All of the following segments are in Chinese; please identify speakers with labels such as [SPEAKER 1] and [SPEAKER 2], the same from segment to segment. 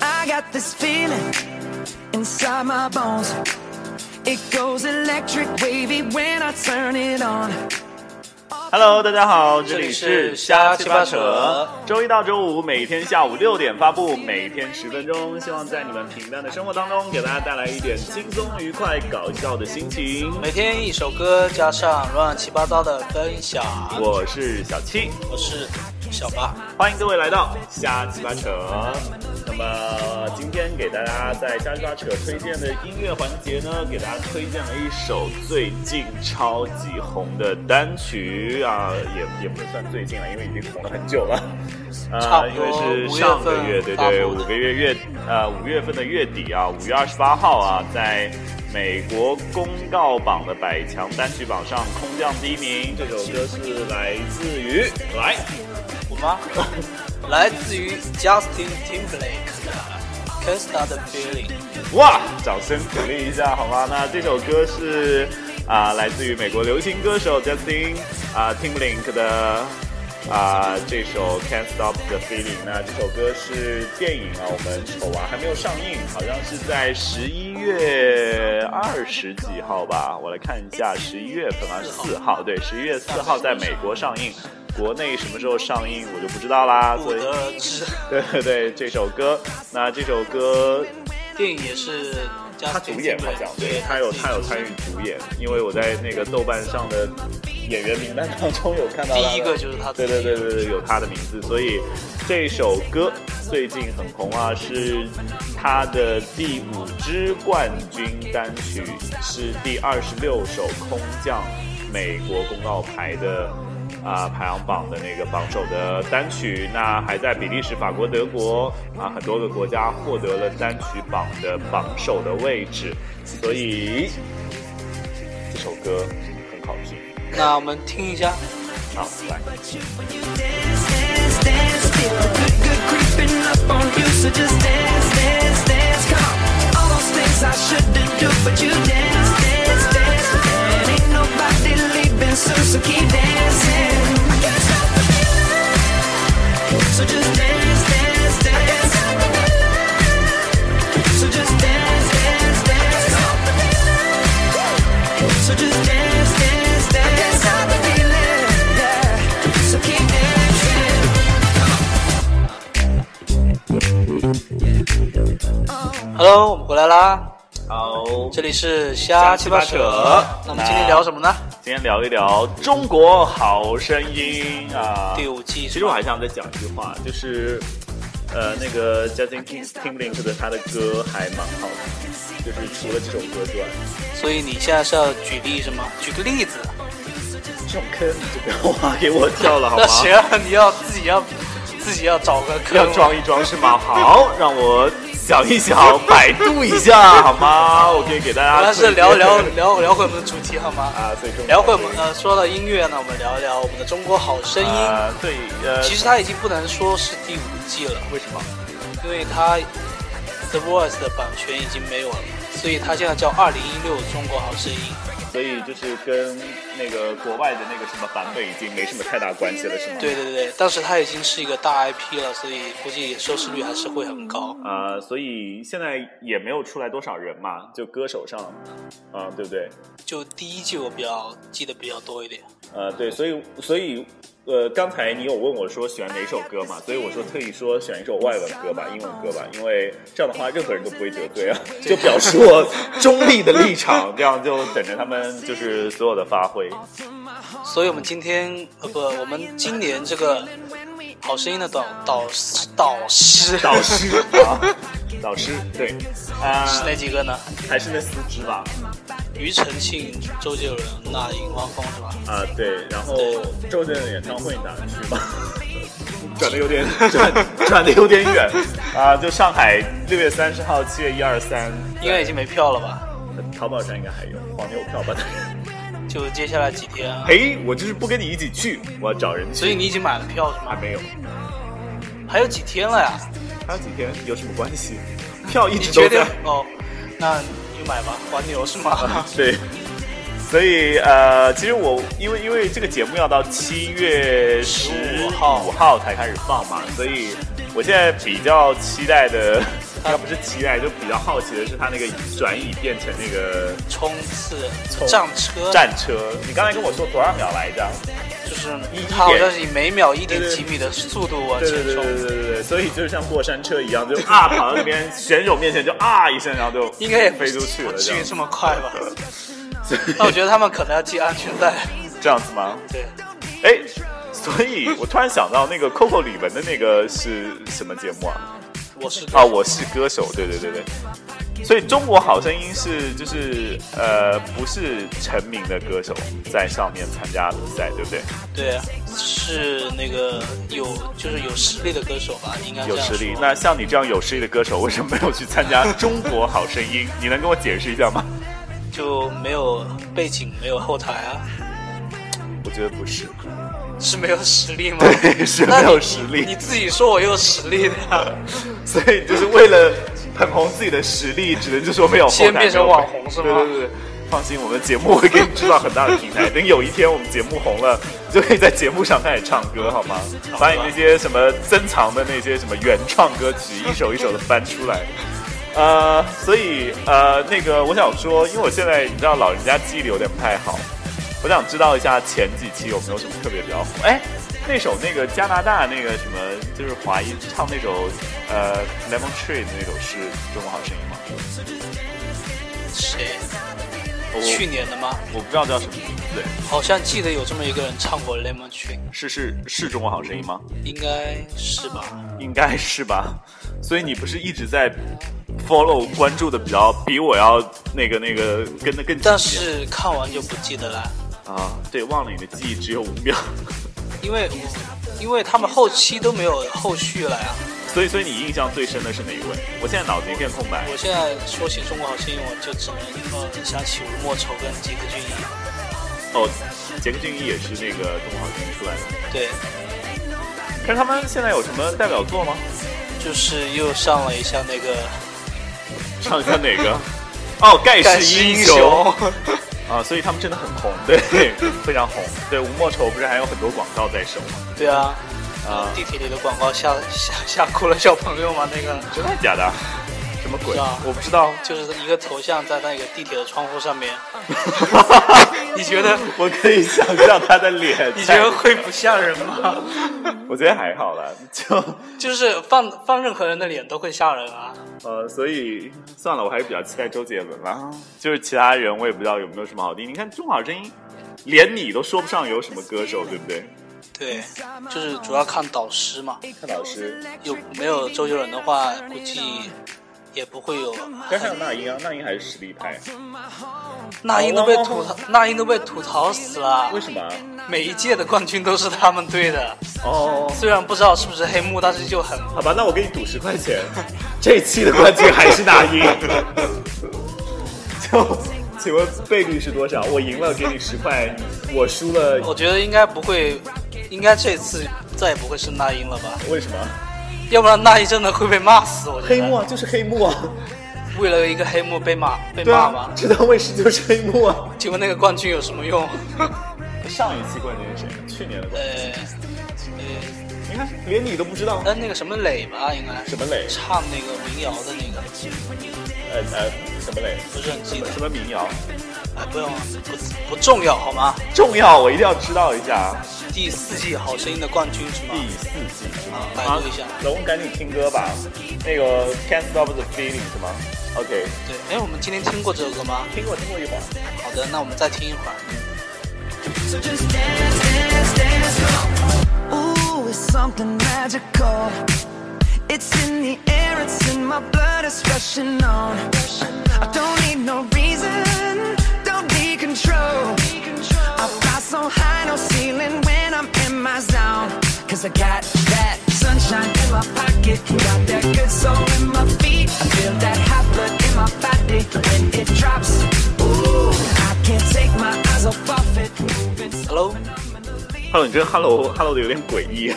[SPEAKER 1] I got this feeling inside my bones. It goes electric wavy when I turn it on.
[SPEAKER 2] Hello，大家好，这
[SPEAKER 3] 这
[SPEAKER 2] 里
[SPEAKER 3] 里
[SPEAKER 2] 是
[SPEAKER 3] 是
[SPEAKER 2] 瞎
[SPEAKER 3] 瞎
[SPEAKER 2] 七
[SPEAKER 3] 七
[SPEAKER 2] 八
[SPEAKER 3] 八
[SPEAKER 2] 扯
[SPEAKER 3] 扯。
[SPEAKER 2] 周一到周五每天下午六点发布，每天十分钟，希望在你们平淡的生活当中，给大家带来一点轻松、愉快、搞笑的心情。
[SPEAKER 3] 每天一首歌加上乱七八糟的分享。
[SPEAKER 2] 我是小七，
[SPEAKER 3] 我是小八，
[SPEAKER 2] 欢迎各位来到瞎七八扯。那么今天给大家在瞎七八扯推荐的音乐环节呢，给大家推荐了一首最近超级红的单曲啊，也也不算最近了，因为已经红了很久 了。
[SPEAKER 3] 差
[SPEAKER 2] 啊，
[SPEAKER 3] 不
[SPEAKER 2] 因
[SPEAKER 3] 多
[SPEAKER 2] 为是上个月，
[SPEAKER 3] 五月份
[SPEAKER 2] 对
[SPEAKER 3] 发
[SPEAKER 2] 对，
[SPEAKER 3] 布
[SPEAKER 2] 五
[SPEAKER 3] 的
[SPEAKER 2] 个月月呃五月份的月底啊，五月二十八号啊，在美国公告榜的百强单曲榜上空降第一名。这首歌是来自于来
[SPEAKER 3] 我吗？ 来自于 Justin Timberlake 的《Can't Stop the Feeling》。
[SPEAKER 2] 哇，掌声鼓励一下好吗？那这首歌是啊、来自于美国流行歌手 Justin 啊、Timberlake 的啊、这首 Can't Stop the Feeling。那这首歌是电影啊，我们丑娃还没有上映，好像是在十一月二十几号吧？我来看一下，十一月份啊，四号，对，十一月四号在美国上映。国内什么时候上映我就不知道啦，
[SPEAKER 3] 不
[SPEAKER 2] 所以
[SPEAKER 3] 得而知。
[SPEAKER 2] 对对对，这首歌，那这首歌
[SPEAKER 3] 电影也是 Justin
[SPEAKER 2] 他主演好像
[SPEAKER 3] Timberlake，，
[SPEAKER 2] 对他有他有参与主演，因为我在那个豆瓣上的演员名单当中有看到他的
[SPEAKER 3] 第一个就是他
[SPEAKER 2] 对对对对对，有他的名字，所以这首歌最近很红啊，是他的第五支冠军单曲，是第二十六首空降美国公告牌的。啊、排行榜的那个榜首的单曲，那还在比利时、法国、德国啊很多个国家获得了单曲榜的榜首的位置，所以这首歌很好听。
[SPEAKER 3] 那我们听一下。
[SPEAKER 2] 好，来。
[SPEAKER 1] Dance, dance, feel the good, good creeping up on you. So just dance, dance, dance, come on. All those things I shouldn't do, but you dance, dance, dance. And ain't nobody leaving soon, so keep dancing. I can't stop the feeling. So just dance, dance, dance. I can't stop the feeling. So just dance, dance, dance. I can't stop the feeling. So just dance, dance, dance. I can't stop the feeling. Yeah. So keep dancing.
[SPEAKER 3] 哈喽，我们回来啦，
[SPEAKER 2] 好，
[SPEAKER 3] 这里是瞎七八扯。那我们今天聊什么呢？
[SPEAKER 2] 今天聊一聊《中国好声音》啊。
[SPEAKER 3] 第五季。
[SPEAKER 2] 其实我还想再讲一句话，就是，呃，那个 Justin Tim- Timberlake 的他的歌还蛮好听，就是除了这首歌之外，
[SPEAKER 3] 所以你现在是要举例什么？举个例子。
[SPEAKER 2] 这种坑你就不要挖给我跳了好吗
[SPEAKER 3] 那？谁让你要自己要自己要啊找个坑
[SPEAKER 2] 要装一装是吗？好，让我想一想，百度一下好吗？我可以给大
[SPEAKER 3] 我
[SPEAKER 2] 家
[SPEAKER 3] 们
[SPEAKER 2] 推荐。
[SPEAKER 3] 是聊聊聊聊回我们的主题好吗？
[SPEAKER 2] 啊，最重要
[SPEAKER 3] 聊回我们呃，说到音乐呢，我们聊一聊我们的《中国好声音》
[SPEAKER 2] 啊，对，呃，
[SPEAKER 3] 其实它已经不能说是第五季了，
[SPEAKER 2] 为什么？
[SPEAKER 3] 因为它 The Voice 的版权已经没有了，所以它现在叫2016中国好声音。
[SPEAKER 2] 所以就是跟那个国外的那个什么版本已经没什么太大关系了，是吗？。
[SPEAKER 3] 对对对对，但是它已经是一个大 IP 了，所以估计收视率还是会很高。
[SPEAKER 2] 呃，所以现在也没有出来多少人嘛，就歌手上，啊、对不对？
[SPEAKER 3] 就第一季我比较记得比较多一点，
[SPEAKER 2] 呃，对，所以所以呃，刚才你有问我说选哪首歌嘛，所以我说特意说选一首外文歌吧，英文歌吧，因为这样的话任何人都不会得罪啊，就表示我中立的立场，这样就等着他们就是所有的发挥。
[SPEAKER 3] 所以我们今天呃不，我们今年这个好声音的导导导师
[SPEAKER 2] 导师啊，导师对，啊、
[SPEAKER 3] 是哪几个呢？
[SPEAKER 2] 还是那四支吧。
[SPEAKER 3] 庾澄庆、周杰伦、那英、汪峰是吧？
[SPEAKER 2] 啊，对，然后周杰伦的演唱会哪去吧？ 转的有 点转转的有点远啊，就上海六月三十号、七月一二三，呃
[SPEAKER 3] 应该已经没票了吧？
[SPEAKER 2] 淘宝上应该还有黄牛票吧？
[SPEAKER 3] 就接下来几天啊。
[SPEAKER 2] 嘿，哎我就是不跟你一起去，我要找人去。
[SPEAKER 3] 所以你已经买了票是
[SPEAKER 2] 还
[SPEAKER 3] 吗？
[SPEAKER 2] 没有，
[SPEAKER 3] 还有几天了呀？
[SPEAKER 2] 还有几天有什么关系？票一
[SPEAKER 3] 你
[SPEAKER 2] 直
[SPEAKER 3] 确
[SPEAKER 2] 都
[SPEAKER 3] 定
[SPEAKER 2] 在。啊
[SPEAKER 3] 哦？那你就买吧，黄牛是吗？
[SPEAKER 2] 对，所以呃，其实我因为因为这个节目要到七月十
[SPEAKER 3] 15号
[SPEAKER 2] 五号才开始放嘛，所以我现在比较期待的， 要不是期待，就比较好奇的是它那个转椅变成那个
[SPEAKER 3] 冲刺战车，
[SPEAKER 2] 战车。你刚才跟我说多少秒来着？
[SPEAKER 3] 就是
[SPEAKER 2] 一
[SPEAKER 3] 它好
[SPEAKER 2] 一点
[SPEAKER 3] 像是以每秒一点
[SPEAKER 2] 对对
[SPEAKER 3] 几米的速度往
[SPEAKER 2] 对对
[SPEAKER 3] 前
[SPEAKER 2] 对对
[SPEAKER 3] 冲，
[SPEAKER 2] 对对对，所以就是像过山车一样，就啊跑到那边选手面前就啊一声，然后 就
[SPEAKER 3] 应该也不
[SPEAKER 2] 飞出去了，
[SPEAKER 3] 不
[SPEAKER 2] 这
[SPEAKER 3] 至于
[SPEAKER 2] 样
[SPEAKER 3] 这么快吧？ 那我觉得他们可能要系安全带，
[SPEAKER 2] 这样子吗？
[SPEAKER 3] 对，
[SPEAKER 2] 哎，所以我突然想到那个 Coco 李玟的那个是什么节目啊？
[SPEAKER 3] 我是
[SPEAKER 2] 啊，我是歌手，对对对对。所以中国好声音是就是呃不是成名的歌手在上面参加比赛，对不对？
[SPEAKER 3] 对啊，是那个有就是有实力的歌手吧，应该这
[SPEAKER 2] 有
[SPEAKER 3] 样
[SPEAKER 2] 实力。
[SPEAKER 3] 说
[SPEAKER 2] 那像你这样有实力的歌手，为什么没有去参 加中国好声音？你能跟我解释一下吗？
[SPEAKER 3] 就没有背景，没有后台啊，
[SPEAKER 2] 我觉得不是，
[SPEAKER 3] 是没有实力吗？
[SPEAKER 2] 对 是没有实
[SPEAKER 3] 那你
[SPEAKER 2] 力，
[SPEAKER 3] 自己说我有实力的呀，
[SPEAKER 2] 所以就是为了捧红自己的实力，只能就说没有后台。
[SPEAKER 3] 先变成
[SPEAKER 2] 没有
[SPEAKER 3] 网红是吗
[SPEAKER 2] 对对对对，放心，我们节目会给你制造很大的平台。等有一天我们节目红了，你就可以在节目上开始唱歌，好吗？把你那些什么珍藏的那些什么原创歌曲，一首一首的翻出来。呃，所以呃，那个我想说，因为我现在你知道老人家记忆力有点不太好，我想知道一下前几期有没有什么特别比较火？哎，那首那个加拿大那个什么，就是华裔唱那首呃 Lemon Tree 的那首是中国好声音吗？
[SPEAKER 3] 谁？
[SPEAKER 2] 我
[SPEAKER 3] 去年的吗？
[SPEAKER 2] 我不知道叫什么名字，
[SPEAKER 3] 好像记得有这么一个人唱过《Lemon Tree》，
[SPEAKER 2] 是是是中国好声音吗？
[SPEAKER 3] 应该是吧？
[SPEAKER 2] 应该是吧。所以你不是一直在 follow 关注的比较比我要那个那个跟的更紧
[SPEAKER 3] 但
[SPEAKER 2] 一点
[SPEAKER 3] 是看完就不记得了，
[SPEAKER 2] 啊，对，忘了你的记忆只有五秒，
[SPEAKER 3] 因为因为他们后期都没有后续了呀。
[SPEAKER 2] 所以所以你印象最深的是哪一位？我现在脑子一片空白。
[SPEAKER 3] 我现在说起中国好声音，我就只能呃想起吴莫愁跟吉克隽逸。
[SPEAKER 2] 哦，杰克隽逸也是那个中国好声音出来的。
[SPEAKER 3] 对，
[SPEAKER 2] 可是他们现在有什么代表作吗？
[SPEAKER 3] 就是又上了一下那个
[SPEAKER 2] 唱一下哪个？哦，盖
[SPEAKER 3] 盖
[SPEAKER 2] 世
[SPEAKER 3] 世
[SPEAKER 2] 英
[SPEAKER 3] 英
[SPEAKER 2] 雄
[SPEAKER 3] 雄。
[SPEAKER 2] 啊，所以他们真的很红， 对，非常红。对，吴莫愁不是还有很多广告在手吗？
[SPEAKER 3] 对啊，
[SPEAKER 2] 啊
[SPEAKER 3] 地铁里的广告吓吓吓哭了小朋友嘛，那个
[SPEAKER 2] 真的假的？什么鬼
[SPEAKER 3] 是啊？
[SPEAKER 2] 我不知 道。
[SPEAKER 3] 就是一个头像在那个地铁的窗户上面，你觉得？
[SPEAKER 2] 我可以想象他的脸。
[SPEAKER 3] 你觉得？会不吓人吗？
[SPEAKER 2] 我觉得还好啦，就
[SPEAKER 3] 就是放放任何人的脸都会吓人啊。
[SPEAKER 2] 呃，所以算了，我还是比较期待周杰伦啦。就是其他人我也不知道有没有什么好听。你看《中华声音》，连你都说不上有什么歌手，对不对？
[SPEAKER 3] 对，就是主要看导师嘛，
[SPEAKER 2] 看老师，
[SPEAKER 3] 有没有周杰伦的话，估计也不会有。
[SPEAKER 2] 但还有那英啊，那英还是实力派，
[SPEAKER 3] 哦那英都被吐槽，那英都被吐槽死了
[SPEAKER 2] 为。什么啊？
[SPEAKER 3] 每一届的冠军都是他们队的，
[SPEAKER 2] 哦，
[SPEAKER 3] 虽然不知道是不是黑幕，但是就很
[SPEAKER 2] 好吧，那我给你赌十块钱， 这一期的冠军还是那英。 就，请问倍率是多少？我赢了给你十块，我输了
[SPEAKER 3] 我觉得应该不会，应该这次再也不会是那英了吧？
[SPEAKER 2] 为什么？
[SPEAKER 3] 要不然那英真的会被骂死。我觉得
[SPEAKER 2] 黑幕啊，就是黑 幕啊，
[SPEAKER 3] 为了一个黑幕被骂被
[SPEAKER 2] 对
[SPEAKER 3] 骂
[SPEAKER 2] 啊
[SPEAKER 3] 吗，？
[SPEAKER 2] 这档卫视就是黑幕啊。
[SPEAKER 3] 请问那个冠军有什么用？
[SPEAKER 2] 上一期冠军是谁？去年的冠
[SPEAKER 3] 呃
[SPEAKER 2] 军，
[SPEAKER 3] 呃，
[SPEAKER 2] 你看连你都不知道。
[SPEAKER 3] 但呃那个什么磊吧，应该
[SPEAKER 2] 什么磊
[SPEAKER 3] 唱那个民谣的那个，
[SPEAKER 2] 呃呃，什么嘞？
[SPEAKER 3] 不是很记得。
[SPEAKER 2] 什么民谣？
[SPEAKER 3] 哎，不用，不不重要好吗？
[SPEAKER 2] 重要，我一定要知道一下。
[SPEAKER 3] 第四季《好声音》的冠军是吗？
[SPEAKER 2] 第四季是吗
[SPEAKER 3] 啊？百度一下
[SPEAKER 2] 那我们赶紧听歌吧。那个 Can't Stop the Feeling 是吗？OK，
[SPEAKER 3] 对，哎，我们今天听过这首歌吗？
[SPEAKER 2] 听过听过一会儿。
[SPEAKER 3] 好的，那我们再听一会儿。
[SPEAKER 1] So just dance, dance, dance, come on. Ooh, it's something magical. It's in the air, it's in my blood, it's rushing on. I don't need no reason, don't need control. I fly so high, no ceiling when I'm in my zone. Cause I got that sunshine in my pocket, got that good soul in my feet. I feel that hot blood in my body when it drops. Ooh, I can't take my eyes off of it. Moving so
[SPEAKER 3] Hello。
[SPEAKER 2] Hello，你这个 Hello Hello 的有点诡异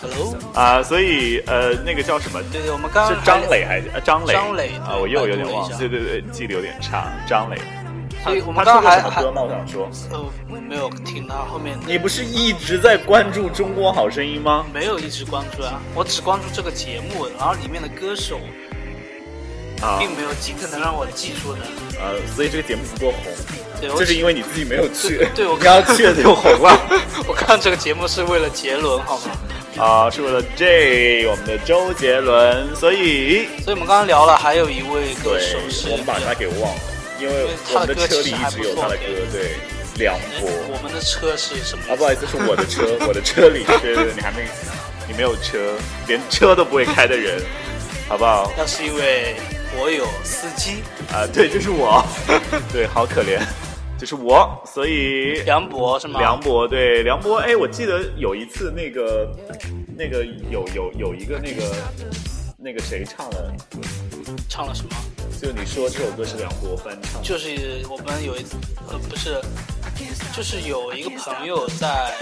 [SPEAKER 3] Hello，
[SPEAKER 2] 啊，所以呃，那个叫什么？
[SPEAKER 3] 对对，我们刚刚
[SPEAKER 2] 是张磊还是、啊、张磊？
[SPEAKER 3] 张磊
[SPEAKER 2] 啊，我又有点忘了，
[SPEAKER 3] 百度了一下
[SPEAKER 2] 对对对，记得有点差。张磊，
[SPEAKER 3] 所以我
[SPEAKER 2] 他
[SPEAKER 3] 们刚
[SPEAKER 2] 出
[SPEAKER 3] 刚
[SPEAKER 2] 过
[SPEAKER 3] 还
[SPEAKER 2] 什么
[SPEAKER 3] 还
[SPEAKER 2] 歌吗？我想说，
[SPEAKER 3] 呃没有听他后面
[SPEAKER 2] 你不是一直在关注《中国好声音》吗？
[SPEAKER 3] 没有一直关注啊，我只关注这个节目，然后里面的歌手
[SPEAKER 2] 啊，
[SPEAKER 3] 并没有几个能让我记住的。
[SPEAKER 2] 呃，所以这个节目不够红，
[SPEAKER 3] 对，我
[SPEAKER 2] 就是
[SPEAKER 3] 只
[SPEAKER 2] 因为你自己没有去。
[SPEAKER 3] 对对我
[SPEAKER 2] 你要去了就红
[SPEAKER 3] 啊
[SPEAKER 2] 了。
[SPEAKER 3] 我看这个节目是为了杰伦，好吗？
[SPEAKER 2] 啊，是为了 J 我们的周杰伦，所以
[SPEAKER 3] 所以我们刚刚聊了，还有一位歌手是
[SPEAKER 2] 对，我们把他给忘了，因为我们的车里一直有他的歌，对，两波。
[SPEAKER 3] 我们的车是什么意思？
[SPEAKER 2] 啊，不好意思，是我的 车，我的车里，对对，对你还没，你没有车，连车都不会开的人，好不好？
[SPEAKER 3] 那是一位国有司机
[SPEAKER 2] 啊，对，就是我， 对，好可怜，就是我，所以
[SPEAKER 3] 梁博是吗？
[SPEAKER 2] 梁博对梁博，哎，我记得有一次那个那个有有有一个那个那个谁唱的，
[SPEAKER 3] 唱了什么？
[SPEAKER 2] 就你说这首歌是梁博翻唱的，
[SPEAKER 3] 就是我们有一次，呃，不是，就是有一个朋友在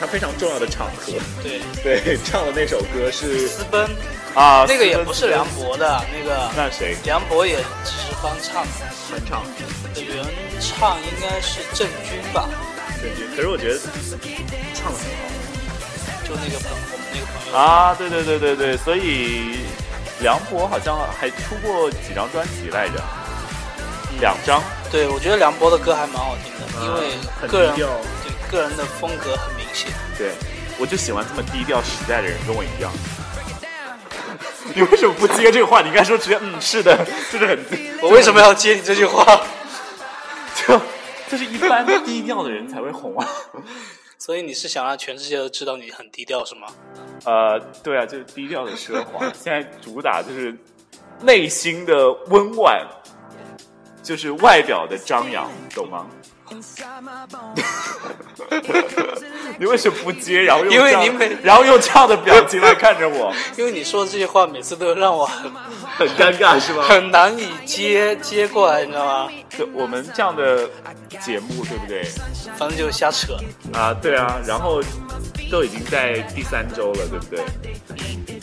[SPEAKER 2] 他非常重要的场合，
[SPEAKER 3] 对
[SPEAKER 2] 对，唱的那首歌是
[SPEAKER 3] 私奔，
[SPEAKER 2] 啊，
[SPEAKER 3] 那个也
[SPEAKER 2] 私奔
[SPEAKER 3] 不是梁，博的，那个
[SPEAKER 2] 那谁
[SPEAKER 3] 梁博也只是翻唱的，
[SPEAKER 2] 翻唱？
[SPEAKER 3] 原唱应该是郑钧吧，
[SPEAKER 2] 对对，可是我觉得唱的很好。
[SPEAKER 3] 就那个朋我们那个朋友。
[SPEAKER 2] 啊，对对对对对，所以梁博好像还出过几张专辑来着，两张，
[SPEAKER 3] 对，我觉得梁博的歌还蛮好听的，
[SPEAKER 2] 嗯
[SPEAKER 3] 因为
[SPEAKER 2] 很
[SPEAKER 3] 个人
[SPEAKER 2] 低调
[SPEAKER 3] 对个人的风格很明显。
[SPEAKER 2] 对我就喜欢这么低调实在的人，跟我一样。 你为什么不接这个话？你应该说直接嗯，是的， 就是很
[SPEAKER 3] 我为什么要接你这句话？
[SPEAKER 2] 就就是一般低调的人才会红啊。
[SPEAKER 3] 所以你是想让全世界都知道你很低调是吗？
[SPEAKER 2] 呃，对啊，就是低调的奢华。现在主打就是内心的温婉，就是外表的张扬，懂吗？你为什么不接？然后用
[SPEAKER 3] 因为
[SPEAKER 2] 这样
[SPEAKER 3] 你每
[SPEAKER 2] 然后用这样的表情来看着我，
[SPEAKER 3] 因为你说的这些话每次都让我
[SPEAKER 2] 很
[SPEAKER 3] 很
[SPEAKER 2] 尴尬是吗
[SPEAKER 3] 很难以接接过来，你知道吗？
[SPEAKER 2] 对我们这样的节目对不对？
[SPEAKER 3] 反正就瞎扯。
[SPEAKER 2] 啊，对啊，然后都已经在第三周了，对不对？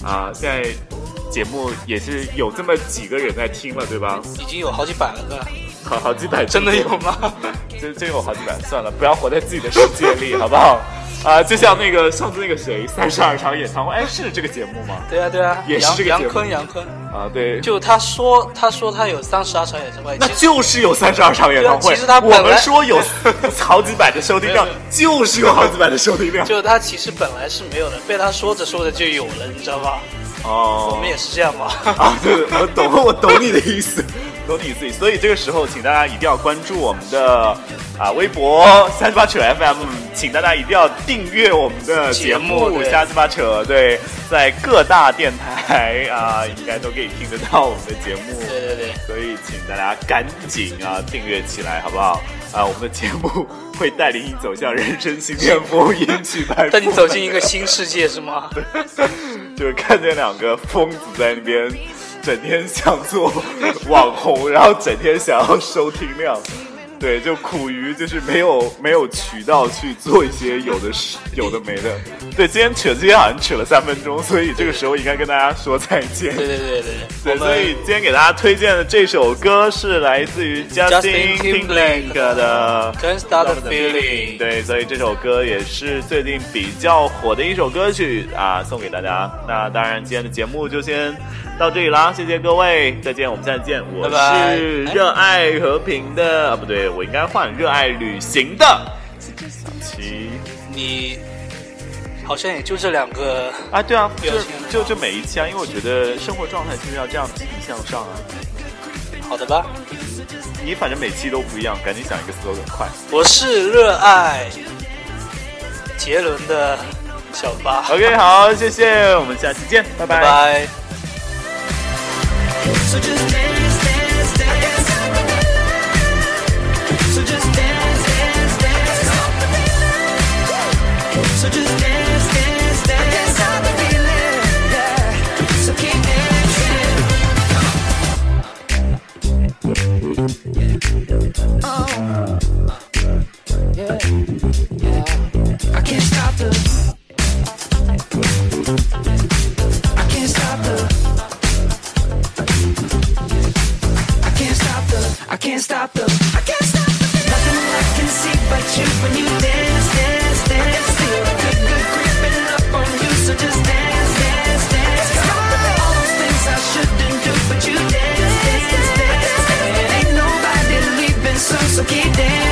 [SPEAKER 2] 啊，现在节目也是有这么几个人在听了，对吧？
[SPEAKER 3] 已经有好几百了个，
[SPEAKER 2] 好好几百，
[SPEAKER 3] 真的有吗？
[SPEAKER 2] 真真有好几百，算了，不要活在自己的世界里，好不好？啊，就像那个上次那个谁三十二场演唱会，哎，是这个节目吗？
[SPEAKER 3] 对啊对啊，
[SPEAKER 2] 也是这个
[SPEAKER 3] 杨
[SPEAKER 2] 节
[SPEAKER 3] 杨
[SPEAKER 2] 目
[SPEAKER 3] 坤杨坤，
[SPEAKER 2] 啊，对，
[SPEAKER 3] 就他说他说他有三十二场演唱会，
[SPEAKER 2] 那
[SPEAKER 3] 其实
[SPEAKER 2] 就是有三十二场演唱
[SPEAKER 3] 对
[SPEAKER 2] 会。
[SPEAKER 3] 啊其实他本
[SPEAKER 2] 我
[SPEAKER 3] 来
[SPEAKER 2] 们说有好几百的收听量
[SPEAKER 3] 没有，
[SPEAKER 2] 就是有好几百的收听量。
[SPEAKER 3] 就他其实本来是没有的，被他说着说着就有了，你知道吧？
[SPEAKER 2] 哦，
[SPEAKER 3] 我们也是这样嘛。
[SPEAKER 2] 啊，对，对我懂，我懂你的意思，懂你的意思。所以这个时候，请大家一定要关注我们的啊微博三十八 扯 FM，请大家一定要订阅我们的节
[SPEAKER 3] 节目
[SPEAKER 2] 目
[SPEAKER 3] 对
[SPEAKER 2] 三十八扯。对，在各大电台啊，应该都可以听得到我们的节目。
[SPEAKER 3] 对对对，
[SPEAKER 2] 所以请大家赶紧啊订阅起来，好不好？啊，我们的节目会带领你走向人生新巅 峰，迎娶白富
[SPEAKER 3] 带你走进
[SPEAKER 2] 美
[SPEAKER 3] 一个新世界是吗？
[SPEAKER 2] 就是看见两个疯子在那边，整天想做网红，然后整天想要收听量，对，就苦于就是没有没有渠道去做一些有的是有的没的。对，今天扯今天好像扯了三分钟，所以这个时候应该跟大家说再见。
[SPEAKER 3] 对对对对对，
[SPEAKER 2] 对，
[SPEAKER 3] 我
[SPEAKER 2] 所以
[SPEAKER 3] 们
[SPEAKER 2] 今天给大家推荐的这首歌是来自于 Justin
[SPEAKER 3] Justin
[SPEAKER 2] Timberlake
[SPEAKER 3] Timberlake
[SPEAKER 2] 的
[SPEAKER 3] Can't Stop the
[SPEAKER 2] Love
[SPEAKER 3] Feeling
[SPEAKER 2] 对，所以这首歌也是最近比较火的一首歌曲啊，送给大家。那当然，今天的节目就先到这里啦，谢谢各位，再见，我们下次见。我
[SPEAKER 3] 拜拜
[SPEAKER 2] 是热爱和平的，啊，不对，我应该换热爱旅行的小七
[SPEAKER 3] 你好像也就这两个，
[SPEAKER 2] 啊，对啊，
[SPEAKER 3] 表情
[SPEAKER 2] 就就就每一期啊，因为我觉得生活状态就是要这样积极向上啊。
[SPEAKER 3] 好的吧？
[SPEAKER 2] 你反正每期都不一样，赶紧想一个 slogan，快！
[SPEAKER 3] 我是热爱杰伦的小八，
[SPEAKER 2] OK，好，谢谢，我们下期见，拜
[SPEAKER 3] 拜
[SPEAKER 2] 拜。
[SPEAKER 3] 拜。
[SPEAKER 1] So just dance, dance, dance. So just dance, dance, dance. So just dance, dance, dance. That's how the feeling, yeah. So keep dancing. Oh. Yeah. I can't stop the. I can't stop the.
[SPEAKER 4] So keep dancing. Ah,
[SPEAKER 1] Uh,